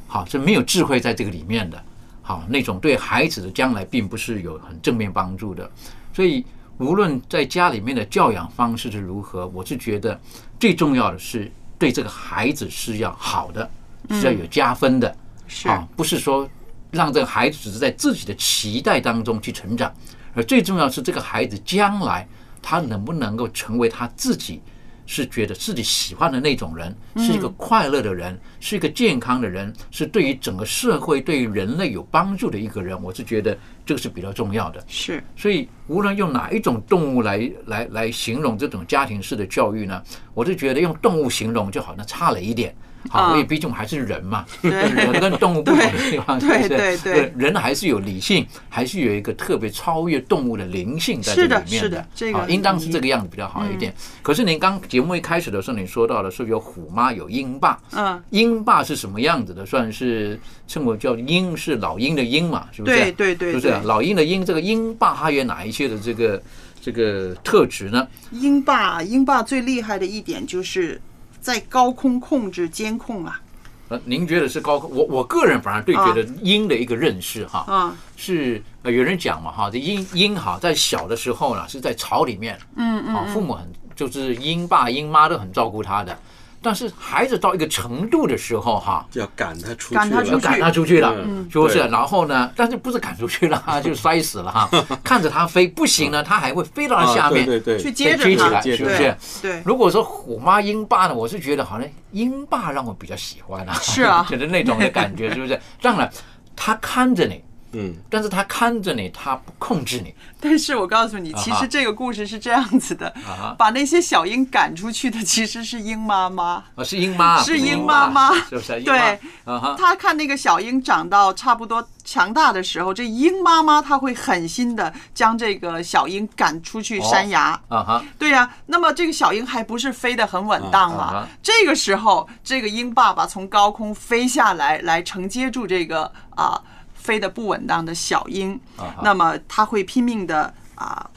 B: 好，这没有智慧在这个里面的。好，那种对孩子的将来并不是有很正面帮助的。所以，无论在家里面的教养方式是如何，我是觉得最重要的是对这个孩子是要好的，是要有加分的。
A: 是，
B: 啊，不是说让这个孩子只是在自己的期待当中去成长，而最重要是这个孩子将来他能不能够成为他自己是觉得自己喜欢的那种人，是一个快乐的人，是一个健康的人，是对于整个社会、对于人类有帮助的一个人，我是觉得这个是比较重要的。
A: 是，
B: 所以，无论用哪一种动物来来来形容这种家庭式的教育呢，我就觉得用动物形容就好像差了一点。
A: 啊
B: 好，因为毕竟我们还是人嘛，
A: 对
B: 人跟动物不同的地方是不
A: 对
B: 是？
A: 对对对
B: 人还是有理性，还是有一个特别超越动物的灵性在这
A: 是
B: 里
A: 的
B: 面
A: 是的这个嗯
B: 好应当是这个样子比较好一点。可是您刚节目一开始的时候，你说到了是有虎妈有鹰爸，
A: 嗯，
B: 鹰爸是什么样子的？算是称为叫鹰，是老鹰的鹰嘛，是不是？
A: 对对对
B: 是不是啊
A: 对
B: 老鹰的鹰，这个鹰爸它有哪一些的这个这个特质呢？
A: 鹰霸，鹰霸最厉害的一点就是在高空控制监控啊，
B: 呃，您觉得是高？我我个人反而对觉得鹰的一个认识哈，
A: 啊，
B: 是呃有人讲嘛哈，这鹰鹰哈在小的时候呢是在巢里面，
A: 嗯
B: 啊，父母很就是鹰爸鹰妈都很照顾他的，但是孩子到一个程度的时候哈，
C: 就要赶他出去
A: 赶他
C: 了，
A: 出
B: 要
A: 去
B: 赶他出去了，
C: 嗯
B: 就是
C: 对
B: 然后呢，但是不是赶出去了， 就摔死了 哈，看着他飞不行呢，他还会飞到
C: 啊
B: 下面
C: 对对
A: 去
C: 对，
A: 接着
B: 追起
A: 他，
B: 来，
C: 接
B: 是
C: 着
B: 不
C: 他
B: 是
A: 对？对，
B: 如果说虎妈鹰爸呢，我是觉得好像鹰爸让我比较喜欢啊，
A: 是啊
B: 就是那种的感觉，是 不是？当然，他看着你，
C: 嗯，
B: 但是他看着你，他不控制你
A: 但是我告诉你，其
B: 啊
A: 实
B: 哈
A: 这个故事是这样子的，
B: 啊哈，
A: 把那些小鹰赶出去的其实是鹰妈妈。
B: 啊是鹰妈，
A: 是
B: 不
A: 鹰
B: 爸
A: 妈妈
B: 是不是？鹰
A: 对
B: 妈啊哈，
A: 她看那个小鹰长到差不多强大的时候，这鹰妈妈她会狠心的将这个小鹰赶出去山崖。
B: 啊哈，
A: 对呀、那么这个小鹰还不是飞得很稳当吗？
B: 啊啊
A: 这个时候，这个鹰爸爸从高空飞下来，来承接住这个啊、飞得不稳当的小鹰，
B: 啊哈
A: 那么他会拼命的啊、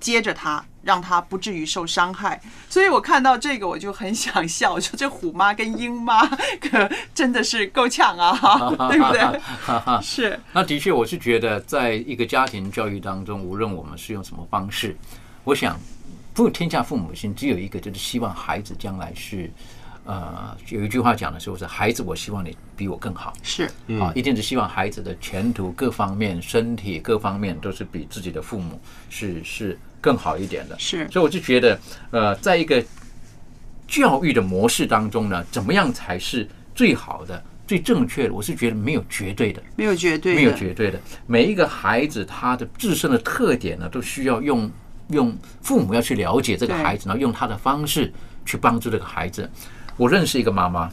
A: 接着它，让它不至于受伤害。所以我看到这个我就很想笑，我说这虎妈跟鹰妈可真的是够呛啊， 对不对？
B: 哈哈。
A: 是，
B: 那的确，我是觉得，在一个家庭教育当中，无论我们是用什么方式，我想，父天下父母心只有一个，就是希望孩子将来是，呃，有一句话讲的是，是孩子，我希望你比我更好。
A: 是，
B: 啊，一定是希望孩子的前途各方面、身体各方面都是比自己的父母是是更好一点的。
A: 是
B: 所以我就觉得，呃，在一个教育的模式当中呢，怎么样才是最好的、最正确的，我是觉得没有绝对的，
A: 没有绝对的，
B: 没有绝对的。每一个孩子他的自身的特点呢，都需要用用父母要去了解这个孩子，然后用他的方式去帮助这个孩子。我认识一个妈妈，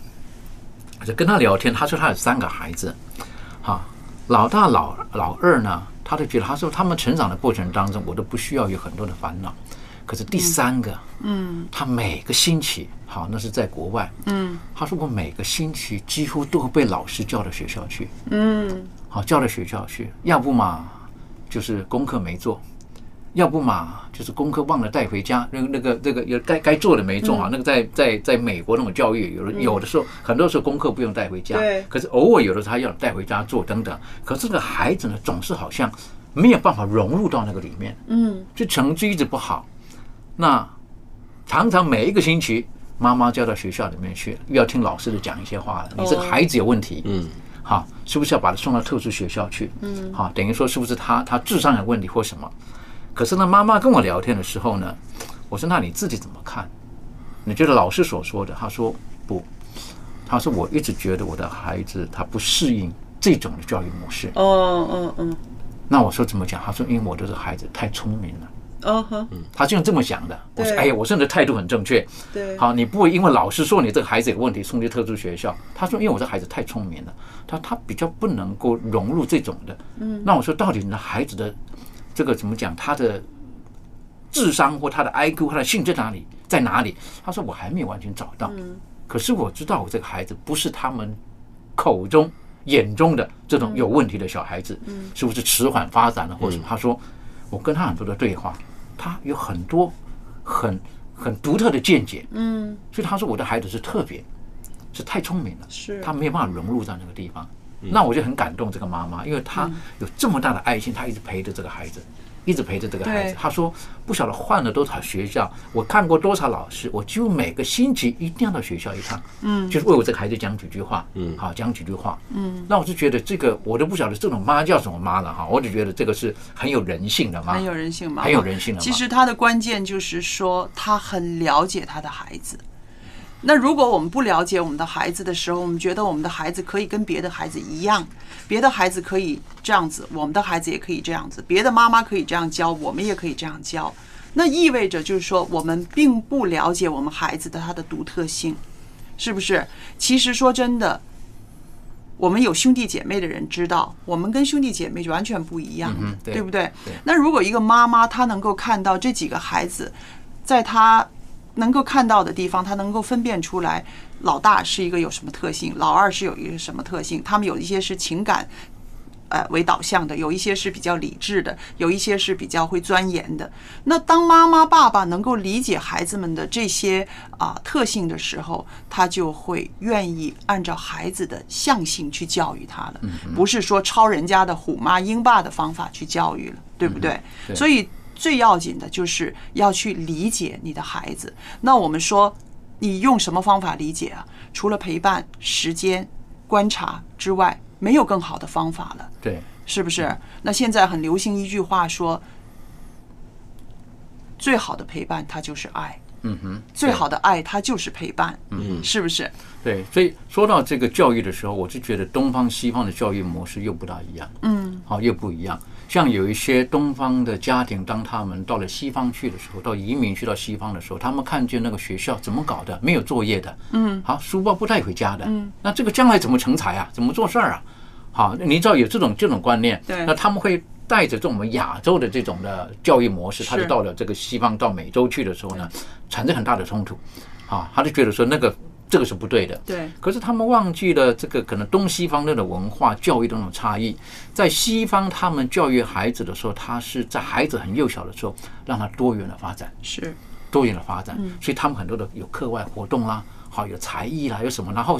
B: 就跟她聊天，她说她有三个孩子，哈，老大老老二呢，她就觉得她说他们成长的过程当中，我都不需要有很多的烦恼。可是第三个，嗯，他每个星期，好，那是在国外，嗯，他说我每个星期几乎都会被老师叫到学校去，嗯，好，叫到学校去，要不嘛就是功课没做，要不嘛就是功课忘了带回家，那个那个那个有该该做的没做啊，那个在在在美国那种教育，有的有的时候很多时候功课不用带回家，
A: 对
B: 可是偶尔有的时候他要带回家做等等，可是这个孩子呢，总是好像没有办法融入到那个里面，嗯，就成绩一直不好。那常常每一个星期，妈妈就要到学校里面去，又要听老师的讲一些话了。你这个孩子有问题，嗯，好，是不是要把他送到特殊学校去？嗯，好，等于说是不是他他智商有问题或什么？可是呢，妈妈跟我聊天的时候呢，我说那你自己怎么看？你觉得老师所说的？他说不，他说我一直觉得我的孩子他不适应这种的教育模式。
A: 哦哦哦
B: 那我说怎么讲？他说因为我的这个孩子太聪明了。
A: 哦呵，
B: 他就这么想的。我说，
A: 对
B: 哎呀，我说你的态度很正确。
A: 对
B: 好，你不会因为老师说你这个孩子有问题送去特殊学校。他说，因为我这孩子太聪明了，他他比较不能够融入这种的。嗯，那我说，到底你的孩子的这个怎么讲？他的智商或他的 IQ 或他的兴趣在哪里？在哪里？他说我还没有完全找到。可是我知道我这个孩子不是他们口中眼中的这种有问题的小孩子，是不是迟缓发展了或者什么？他说，我跟他很多的对话，他有很多很很独特的见解，嗯，所以他说我的孩子是特别，是太聪明了，
A: 是
B: 他没有办法融入到那个地方。那我就很感动这个妈妈，因为
A: 嗯
B: 她有这么大的爱心，她一直陪着这个孩子，一直陪着这个孩子
A: 对。
B: 她说不晓得换了多少学校，我看过多少老师，我几乎每个星期一定要到学校一趟，嗯，就是为我这个孩子讲几句话，嗯，好讲几句话，嗯，那我就觉得这个我都不晓得这种妈叫什么妈了哈，我就觉得这个是很有人性的妈，
A: 很有人性嘛，
B: 很有人性的妈。
A: 其实他的关键就是说，他很了解他的孩子。那如果我们不了解我们的孩子的时候，我们觉得我们的孩子可以跟别的孩子一样，别的孩子可以这样子，我们的孩子也可以这样子，别的妈妈可以这样教，我们也可以这样教。那意味着就是说，我们并不了解我们孩子的他的独特性，是不是？其实说真的，我们有兄弟姐妹的人知道，我们跟兄弟姐妹完全不一样的，
B: 嗯哼对
A: 不对
B: 对
A: 那如果一个妈妈她能够看到这几个孩子，在她能够看到的地方，她能够分辨出来，老大是一个有什么特性，老二是有一个什么特性，他们有一些是情感。呃，为导向的有一些是比较理智的，有一些是比较会钻研的。那当妈妈、爸爸能够理解孩子们的这些啊、特性的时候，他就会愿意按照孩子的象性去教育他了，不是说抄人家的虎妈鹰爸的方法去教育了，对不对？
B: 对
A: 所以最要紧的就是要去理解你的孩子。那我们说，你用什么方法理解啊？除了陪伴、时间、观察之外，没有更好的方法了。
B: 对。
A: 是不是？那现在很流行一句话说，最好的陪伴它就是爱，
B: 嗯哼，
A: 最好的爱它就是陪伴，嗯，是不是？
B: 对，所以说到这个教育的时候，我就觉得东方西方的教育模式又不大一样，嗯，好、又不一样。像有一些东方的家庭，当他们到了西方去的时候，到移民去到西方的时候，他们看见那个学校怎么搞的，没有作业的，嗯，好、书包不带回家的，嗯，那这个将来怎么成才啊？怎么做事儿啊？好，你知道有这种这种观念，
A: 对
B: 那他们会带着这种我们亚洲的这种的教育模式，他就是到了这个西方到美洲去的时候呢，产生很大的冲突，啊，他就觉得说那个这个是不对的，
A: 对
B: 可是他们忘记了这个可能东西方的文化教育的那种差异，在西方他们教育孩子的时候，他是在孩子很幼小的时候让他多元的发展，
A: 是，
B: 多元的发展，所以他们很多的有课外活动啦，好有才艺啦，有什么，然后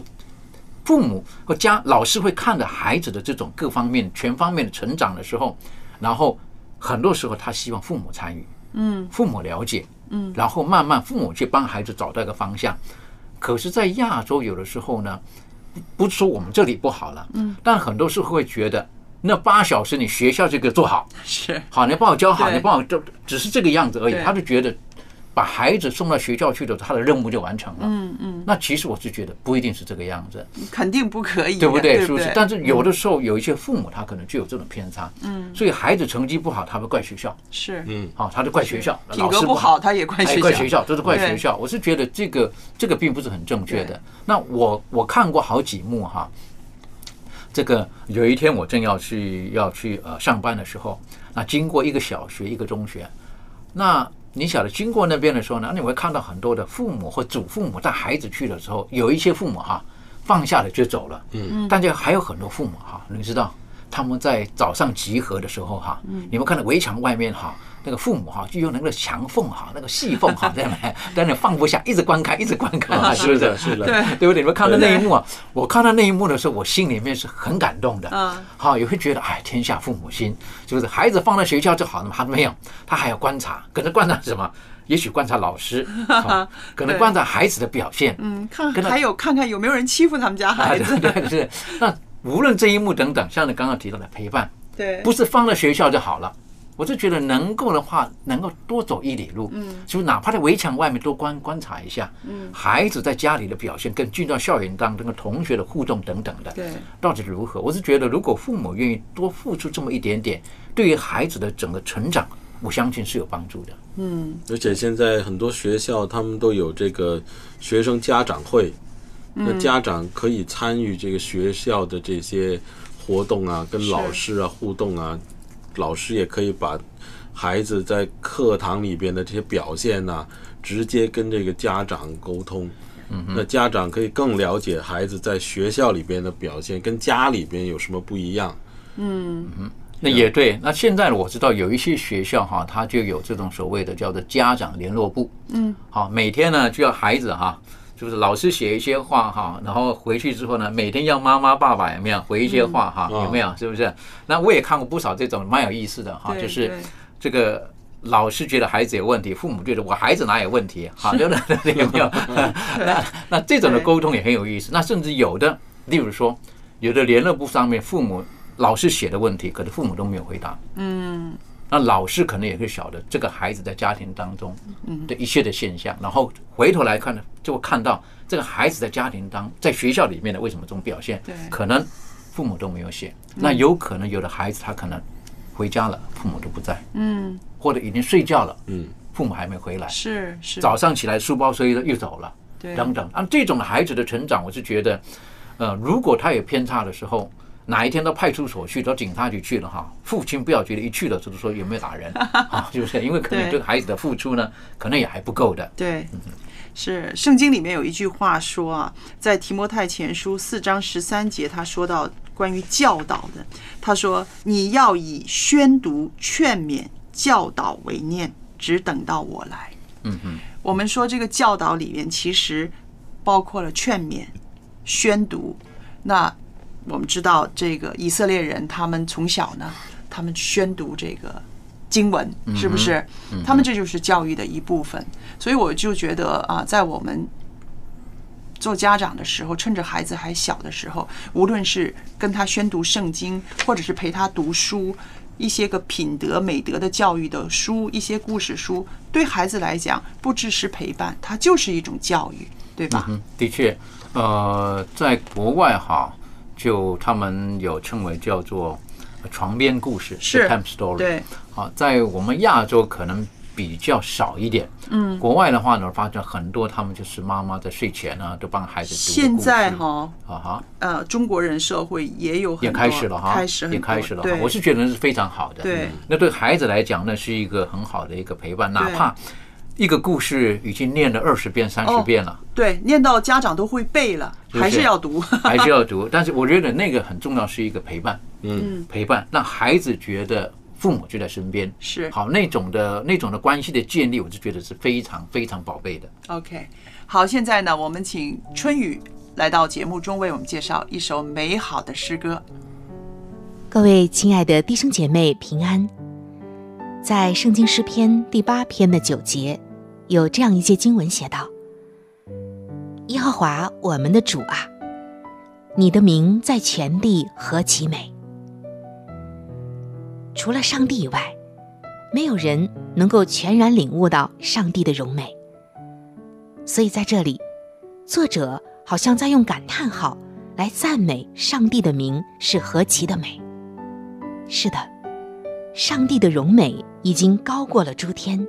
B: 父母和家老师会看着孩子的这种各方面全方面的成长的时候，然后很多时候他希望父母参与，嗯，父母了解，嗯，然后慢慢父母去帮孩子找到一个方向。可是，在亚洲有的时候呢，不不是说我们这里不好了，嗯，但很多时候会觉得那八小时你学校就给做好，
A: 是
B: 好，你帮我教好，
A: 对
B: 你帮我教，只是这个样子而已
A: 对。
B: 他就觉得把孩子送到学校去的，他的任务就完成了。
A: 嗯嗯，
B: 那其实我是觉得不一定是这个样子，
A: 肯定不可以的，
B: 对不
A: 对？
B: 是不是？但是有的时候有一些父母他可能就有这种偏差，
A: 嗯，
B: 所以孩子成绩不好，他会怪学校，
A: 是
C: 嗯，
B: 啊，他就怪学校，
A: 品
B: 老
A: 格
B: 师
A: 不
B: 好
A: 好，，他也怪
B: 哎
A: 学
B: 怪
A: 校，
B: 学校，都是怪
A: 对
B: 学校。我是觉得这个这个并不是很正确
A: 对
B: 的。那我我看过好几幕哈，这个有一天我正要去要去呃上班的时候，那经过一个小学一个中学，那你晓得经过那边的时候呢，你会看到很多的父母或祖父母带孩子去的时候，有一些父母哈放下了就走了，嗯，但是还有很多父母哈，你知道。他们在早上集合的时候哈，
C: 嗯
B: 你们看到围墙外面哈，那个父母哈就用那个墙缝哈，那个细缝哈， 在那在那放不下，一直观看，一直观看啊，
C: 啊，
B: 是不
C: 是
B: 是
C: 的，？是的，
B: 对不对？你们看到那一幕啊，我看到那一幕的时候，我心里面是很感动的。
C: 啊
A: 嗯，
B: 好，也会觉得哎，天下父母心，是不是？孩子放在学校就好了嘛，他没有，他还要观察，可能观察什么？也许观察老师，啊可能观察孩子的表现，
A: 嗯，看
B: 跟他
A: 还有看看有没有人欺负他们家
B: 啊，
A: 孩子，
B: 对对对。那无论这一幕等等，像你刚刚提到的陪伴，
A: 对，
B: 不是放在学校就好了。我就觉得能够的话，能够多走一里路，
A: 嗯，
B: 就是哪怕在围墙外面多观观察一下，
A: 嗯，
B: 孩子在家里的表现，跟进到校园当中跟同学的互动等等的，
A: 对，
B: 到底如何？我是觉得，如果父母愿意多付出这么一点点，对于孩子的整个成长，我相信是有帮助的。
A: 嗯，
C: 而且现在很多学校他们都有这个学生家长会，那家长可以参与这个学校的这些活动啊，跟老师啊互动啊，老师也可以把孩子在课堂里边的这些表现呐、直接跟这个家长沟通。那家长可以更了解孩子在学校里边的表现跟家里边有什么不一样。
A: 嗯
B: 那也对。那现在我知道有一些学校哈、它就有这种所谓的叫做家长联络部。嗯，好，每天呢就要孩子哈、就是老师写一些话哈、然后回去之后呢，每天要妈妈爸爸有没有回一些话哈、
C: 嗯
B: 有没有？是不是？那我也看过不少这种蛮有意思的哈、
A: 对
B: 就是
A: 对
B: 这个。老师觉得孩子有问题，父母觉得我孩子哪有问题，好，对不对？ 有没有？那那这种的沟通也很有意思。那甚至有的，例如说，有的联络簿上面父母老师写的问题，可是父母都没有回答。嗯，那老师可能也会晓得这个孩子在家庭当中
A: 嗯
B: 的一切的现象，然后回头来看呢，就会看到这个孩子在家庭当在学校里面的为什么这种表现
A: 对，嗯
B: 可能父母都没有写。那有可能有的孩子他可能回家了，父母都不在，
A: 嗯，
B: 或者已经睡觉了，
C: 嗯，
B: 父母还没回来，
A: 是是，
B: 早上起来书包摔了又走了。
A: 对，
B: 等等。按这种孩子的成长，我是觉得，呃，如果他有偏差的时候，哪一天到派出所去，到警察局去了哈，父亲不要觉得一去了就是说有没有打 人啊，是不是？因为可能
A: 对
B: 对孩子的付出呢，可能也还不够的。
A: 对，是圣经里面有一句话说啊，在提摩太前书四章十三节，他说到关于教导的，他说你要以宣读、劝勉、教导为念，只等到我来。
B: 嗯嗯，
A: 我们说这个教导里面其实包括了劝勉、宣读。那我们知道，这个以色列人他们从小呢，他们宣读这个经文，是不是？他们这就是教育的一部分。所以我就觉得啊，在我们做家长的时候，趁着孩子还小的时候，无论是跟他宣读圣经，或者是陪他读书，一些个品德美德的教育的书，一些故事书，对孩子来讲，不只是陪伴，它就是一种教育，对吧？
B: 嗯，的确，呃，在国外哈，就他们有称为叫做床边故事
A: 是
B: bedtime story）。
A: 对，
B: 好，在我们亚洲可能比较少一点。嗯，国外的话呢，我发现很多他们就是妈妈在睡前啊呢，都帮孩子读
A: 现
B: 故事
A: 在哈、
B: 啊哈，
A: 呃，中国人社会也有很多
B: 也开始了哈，
A: 开始很
B: 也
A: 多
B: 开始了哈
A: 对，，
B: 我是觉得是非常好的。
A: 对，
B: 那对孩子来讲，那是一个很好的一个陪伴，哪怕一个故事已经念了二十遍、三十
A: 哦
B: 遍了。
A: 对念到家长都会背了，
B: 是
A: 还是要读，
B: 还是要读， 但是我觉得那个很重要，是一个陪伴，
C: 嗯，
B: 陪伴让孩子觉得父母就在身边，
A: 是
B: 好那种的那种的关系的建立，我就觉得是非常非常宝贝的。
A: OK，好，现在呢，我们请春雨来到节目中为我们介绍一首美好的诗歌。
E: 各位亲爱的弟兄姐妹平安，在圣经诗篇第八篇的九节，有这样一节经文写道：“耶和华我们的主啊，你的名在全地何其美！”除了上帝以外，没有人能够全然领悟到上帝的荣美。所以在这里，作者好像在用感叹号来赞美上帝的名是何其的美。是的，上帝的荣美已经高过了诸天，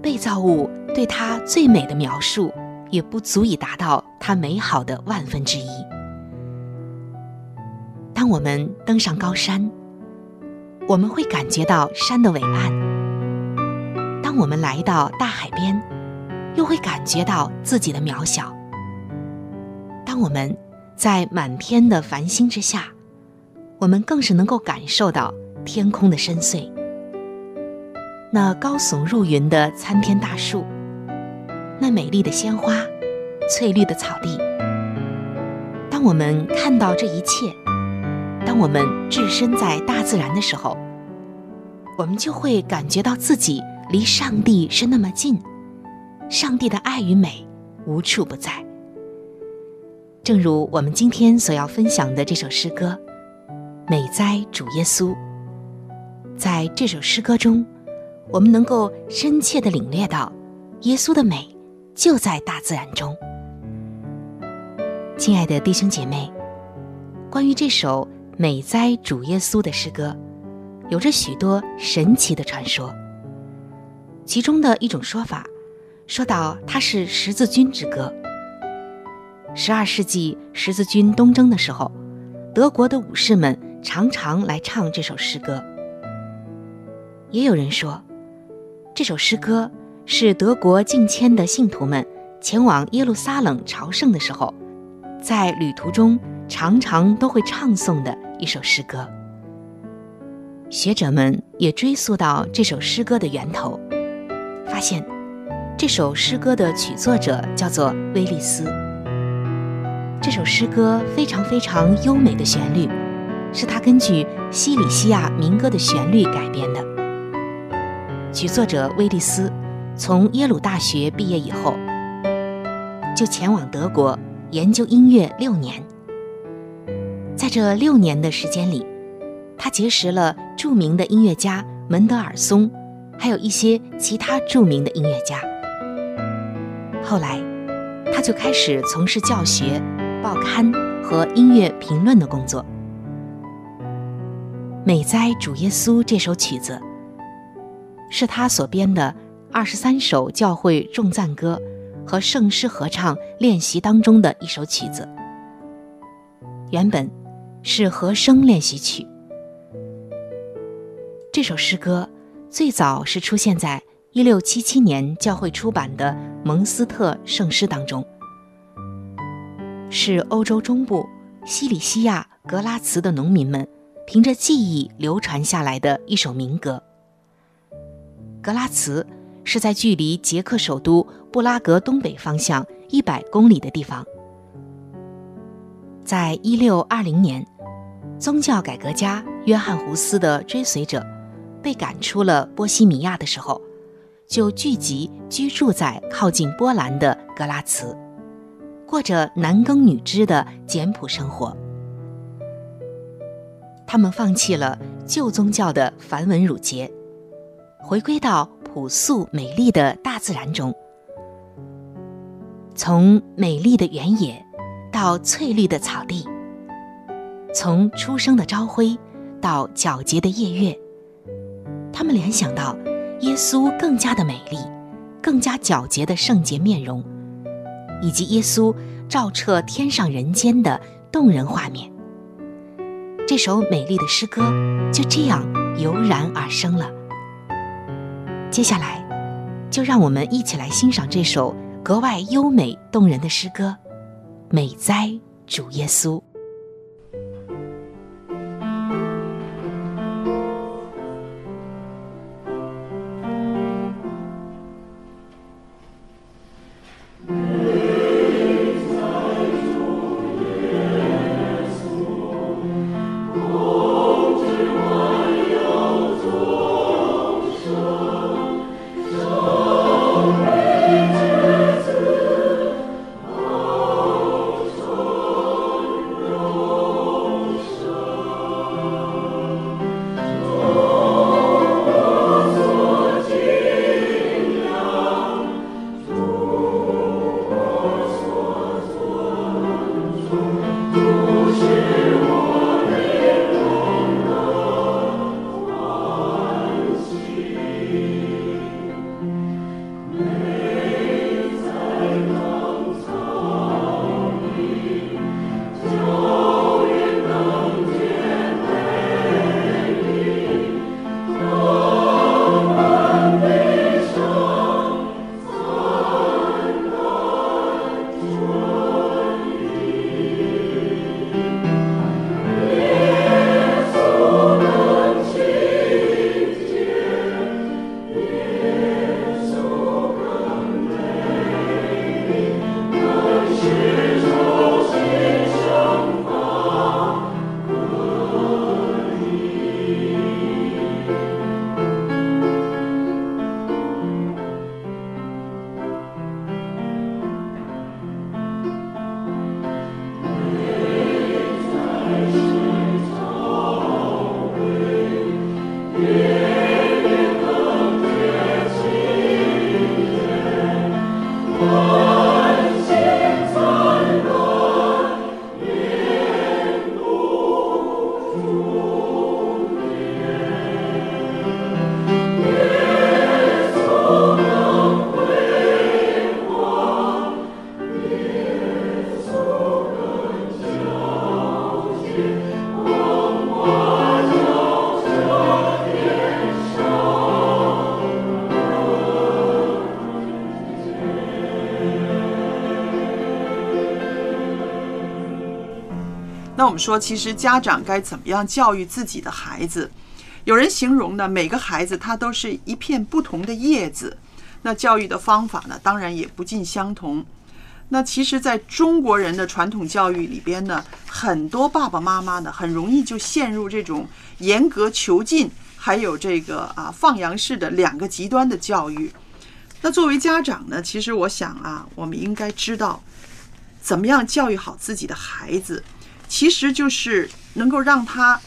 E: 被造物对他最美的描述也不足以达到他美好的万分之一。当我们登上高山，我们会感觉到山的伟岸；当我们来到大海边，又会感觉到自己的渺小；当我们在满天的繁星之下，我们更是能够感受到天空的深邃。那高耸入云的参天大树，那美丽的鲜花，翠绿的草地。当我们看到这一切，当我们置身在大自然的时候，我们就会感觉到自己离上帝是那么近，上帝的爱与美无处不在。正如我们今天所要分享的这首诗歌。美哉主耶稣！在这首诗歌中，我们能够深切地领略到，耶稣的美就在大自然中。亲爱的弟兄姐妹，关于这首《美哉主耶稣》的诗歌，有着许多神奇的传说。其中的一种说法，说到它是十字军之歌。十二世纪十字军东征的时候，德国的武士们。常常来唱这首诗歌。也有人说，这首诗歌是德国近迁的信徒们前往耶路撒冷朝圣的时候，在旅途中常常都会唱诵的一首诗歌。学者们也追溯到这首诗歌的源头，发现这首诗歌的曲作者叫做威利斯。这首诗歌非常非常优美的旋律。是他根据西里西亚民歌的旋律改编的。曲作者威利斯从耶鲁大学毕业以后，就前往德国研究音乐六年。在这六年的时间里，他结识了著名的音乐家门德尔松，还有一些其他著名的音乐家。后来，他就开始从事教学、报刊和音乐评论的工作。《美哉主耶稣》这首曲子，是他所编的二十三首教会众赞歌和圣诗合唱练习当中的一首曲子。原本是和声练习曲。这首诗歌最早是出现在一六七七年教会出版的蒙斯特圣诗当中，是欧洲中部西里西亚格拉茨的农民们。凭着记忆流传下来的一首民歌。格拉茨是在距离捷克首都布拉格东北方向一百公里的地方。在一六二零年，宗教改革家约翰·胡斯的追随者被赶出了波西米亚的时候，就聚集居住在靠近波兰的格拉茨，过着男耕女织的简朴生活。他们放弃了旧宗教的繁文缛节，回归到朴素美丽的大自然中。从美丽的原野到翠绿的草地，从初升的朝晖到皎洁的夜月，他们联想到耶稣更加的美丽、更加皎洁的圣洁面容，以及耶稣照彻天上人间的动人画面。这首美丽的诗歌就这样油然而生了。接下来，就让我们一起来欣赏这首格外优美动人的诗歌，《美哉主耶稣》。
A: 那我们说，其实家长该怎么样教育自己的孩子？有人形容呢，每个孩子他都是一片不同的叶子。那教育的方法呢，当然也不尽相同。那其实，在中国人的传统教育里边呢，很多爸爸妈妈呢，很容易就陷入这种严格囚禁，还有这个啊放羊式的两个极端的教育。那作为家长呢，其实我想啊，我们应该知道怎么样教育好自己的孩子，其实就是能够让他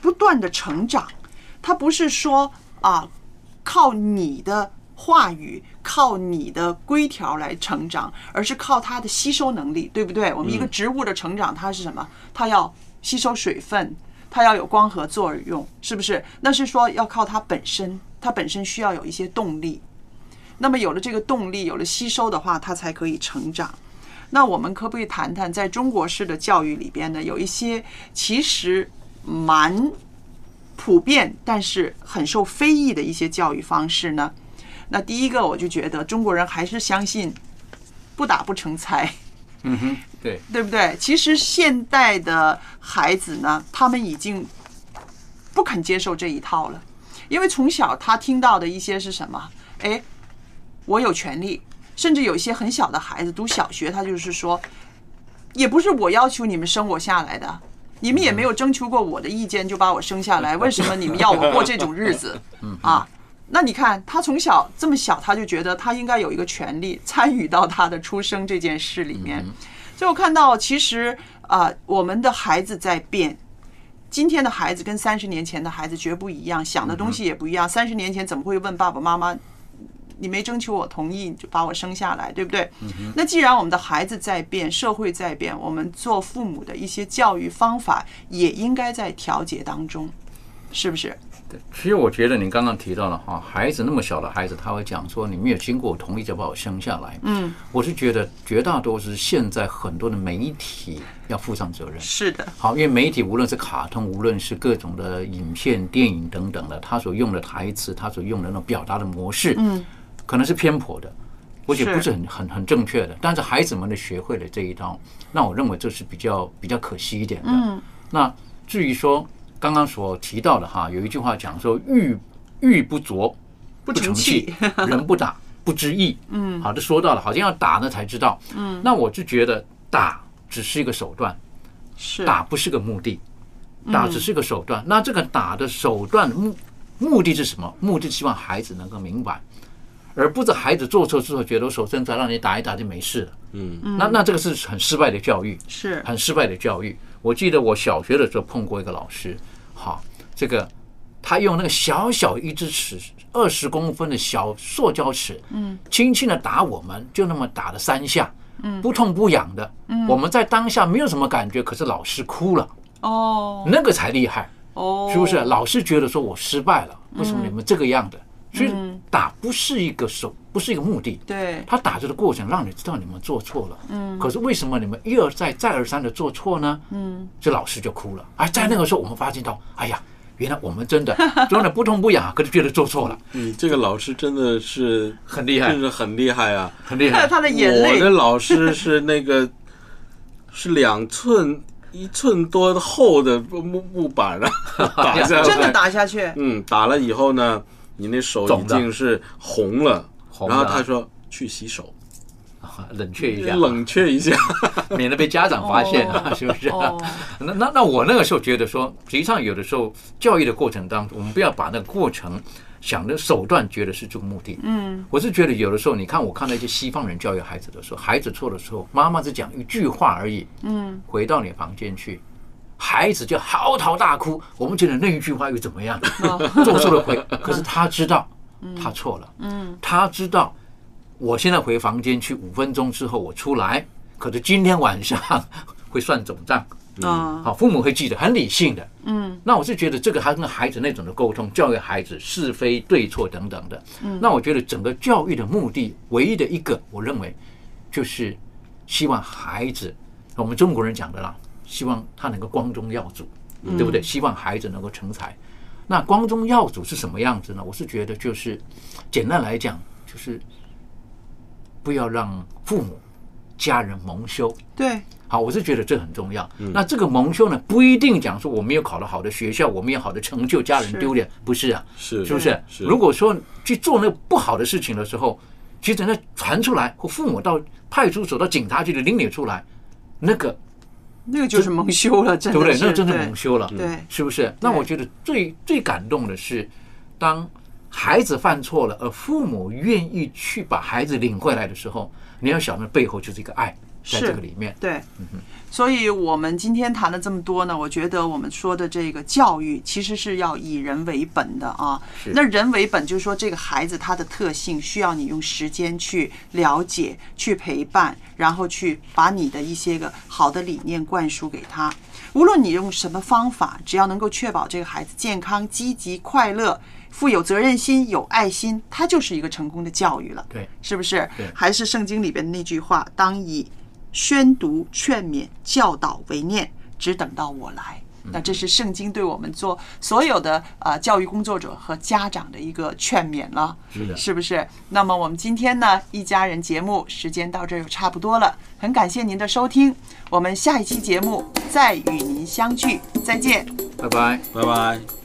A: 不断的成长。他不是说啊，靠你的。话语靠你的规条来成长，而是靠它的吸收能力，对不对？我们一个植物的成长，它是什么？它要吸收水分，它要有光合作用，是不是？那是说要靠它本身，它本身需要有一些动力。那么有了这个动力，有了吸收的话，它才可以成长。那我们可不可以谈谈，在中国式的教育里边呢，有一些其实蛮普遍，但是很受非议的一些教育方式呢？那第一个，我就觉得中国人还是相信不打不成才，
B: 嗯哼，对，
A: 对不对？其实现代的孩子呢，他们已经不肯接受这一套了，因为从小他听到的一些是什么？哎，我有权利，甚至有一些很小的孩子读小学，他就是说，也不是我要求你们生我下来的。你们也没有征求过我的意见就把我生下来，为什么你们要我过这种日子？啊，那你看，他从小这么小，他就觉得他应该有一个权利参与到他的出生这件事里面。所以我看到，其实啊、呃，我们的孩子在变，今天的孩子跟三十年前的孩子绝不一样，想的东西也不一样。三十年前怎么会问爸爸妈妈，你没征求我同意就把我生下来，对不对？那既然我们的孩子在变，社会在变，我们做父母的一些教育方法也应该在调节当中，是不是？
B: 其实我觉得你刚刚提到了哈，孩子那么小的孩子，他会讲说你没有经过我同意就把我生下来。
A: 嗯，
B: 我是觉得绝大多数现在很多的媒体要负上责任。
A: 是的，
B: 好，因为媒体无论是卡通，无论是各种的影片、电影等等的，他所用的台词，他所用的那种表达的模式，
A: 嗯，
B: 可能是偏颇的，而且不
A: 是
B: 是很很很正确的。但是孩子们呢学会了这一招，那我认为这是比较比较可惜一点的。
A: 嗯，
B: 那至于说刚刚所提到的哈，有一句话讲说“玉玉不琢
A: 不
B: 成
A: 成器，
B: 人不打不知义”。
A: 嗯
B: 好的，说到了，好像要打呢才知道。
A: 嗯
B: 那我就觉得打只是一个手段，
A: 是
B: 打不是个目的，打
A: 嗯
B: 只是个手段。那这个打的手段目目的是什么？目的希望孩子能够明白，而不是孩子做错之后觉得我手伸出来让你打一打就没事了。
C: 嗯
B: 那那这个是很失败的教育。
A: 是
B: 很失败的教育。我记得我小学的时候碰过一个老师，好，这个他用那个小小一只尺，二十公分的小塑胶尺，
A: 嗯
B: 轻轻的打我们，就那么打了三下，
A: 嗯
B: 不痛不痒的。
A: 嗯
B: 我们在当下没有什么感觉，可是老师哭了，
A: 哦
B: 那个才厉害，
A: 哦，
B: 是不是？老师觉得说我失败了，为什么
A: 嗯
B: 你们这个样的？所以
A: 嗯
B: 打不是一个手，不是一个目的。
A: 对，
B: 他打着的过程让你知道你们做错了，
A: 嗯
B: 可是为什么你们一而再再而三的做错呢？
A: 嗯
B: 这老师就哭了。而在那个时候，我们发现到，哎呀，原来我们真的 真的不痛不痒，可是觉得做错了，
C: 你这个老师真的是
B: 很厉害
A: 嗯
C: 真是很厉害啊！
B: 很厉
A: 看着。
B: 害
A: 他的眼泪，
C: 我的老师是那个是两寸一寸多厚的木木板啊，打下来，
A: 真的打下去，
C: 嗯，打了以后呢，你那手已
B: 肿的
C: 经是红了，
B: 红
C: 然后
B: 了嗯
C: 他说去洗手，
B: 冷却一下，
C: 冷却一下。
B: 免得被家长发现啊，
A: 哦
B: 是不是、啊
A: 哦？
B: 那那那我那个时候觉得说，实际上有的时候教育的过程当中，我们不要把那个过程想的手段，觉得是这个目的。
A: 嗯
B: 我是觉得有的时候，你看我看到一些西方人教育孩子的时候，孩子错的时候，妈妈只讲一句话而已，
A: 嗯，
B: 回到你房间去，孩子就嚎啕大哭。我们觉得那一句话又怎么样？做错了悔，可是他知道他错了，
A: 嗯，
B: 他知道我现在回房间去五分钟之后我出来，可是今天晚上会算总账。
A: 啊，
B: 好，父母会记得，很理性的。
A: 嗯
B: 那我是觉得这个还跟孩子那种的沟通、教育孩子是非对错等等的。那我觉得整个教育的目的，唯一的一个，我认为就是希望孩子，我们中国人讲的啦，希望他能够光宗耀祖，对不对？希望孩子能够成才。那光宗耀祖是什么样子呢？我是觉得就是，简单来讲，就是不要让父母、家人蒙羞，
A: 对，
B: 好，我是觉得这很重要。
C: 嗯
B: 那这个蒙羞呢，不一定讲说我没有考到好的学校，我没有好的成就，家人丢脸，不是啊？
C: 是
B: 是不是？
C: 是
B: 如果说去做那个不好的事情的时候，其实那传出来，或父母到派出所、到警察局里拎你出来，那个
A: 那个 就是蒙羞了，真
B: 对不
A: 的
B: 对？
A: 是，
B: 那真的蒙羞了，嗯
A: 对，
B: 是不是？那我觉得最最感动的是，当孩子犯错了，而父母愿意去把孩子领回来的时候，你要想着背后就是一个爱，在
A: 是
B: 这个里面。
A: 对，所以我们今天谈了这么多呢，我觉得我们说的这个教育其实是要以人为本的啊
B: 是。
A: 那人为本就是说这个孩子他的特性需要你用时间去了解、去陪伴，然后去把你的一些个好的理念灌输给他。无论你用什么方法，只要能够确保这个孩子健康、积极、快乐、富有责任心、有爱心，他就是一个成功的教育了。
B: 对，
A: 是不是
B: 对？
A: 还是圣经里边的那句话：“当以宣读、劝勉、教导为念，只等到我来。”
B: 嗯
A: 那这是圣经对我们做所有的呃教育工作者和家长的一个劝勉了，
B: 是的
A: 是不是？那么我们今天呢，一家人节目时间到这儿就差不多了，很感谢您的收听，我们下一期节目再与您相聚，再见。
B: 拜拜。
C: 拜拜。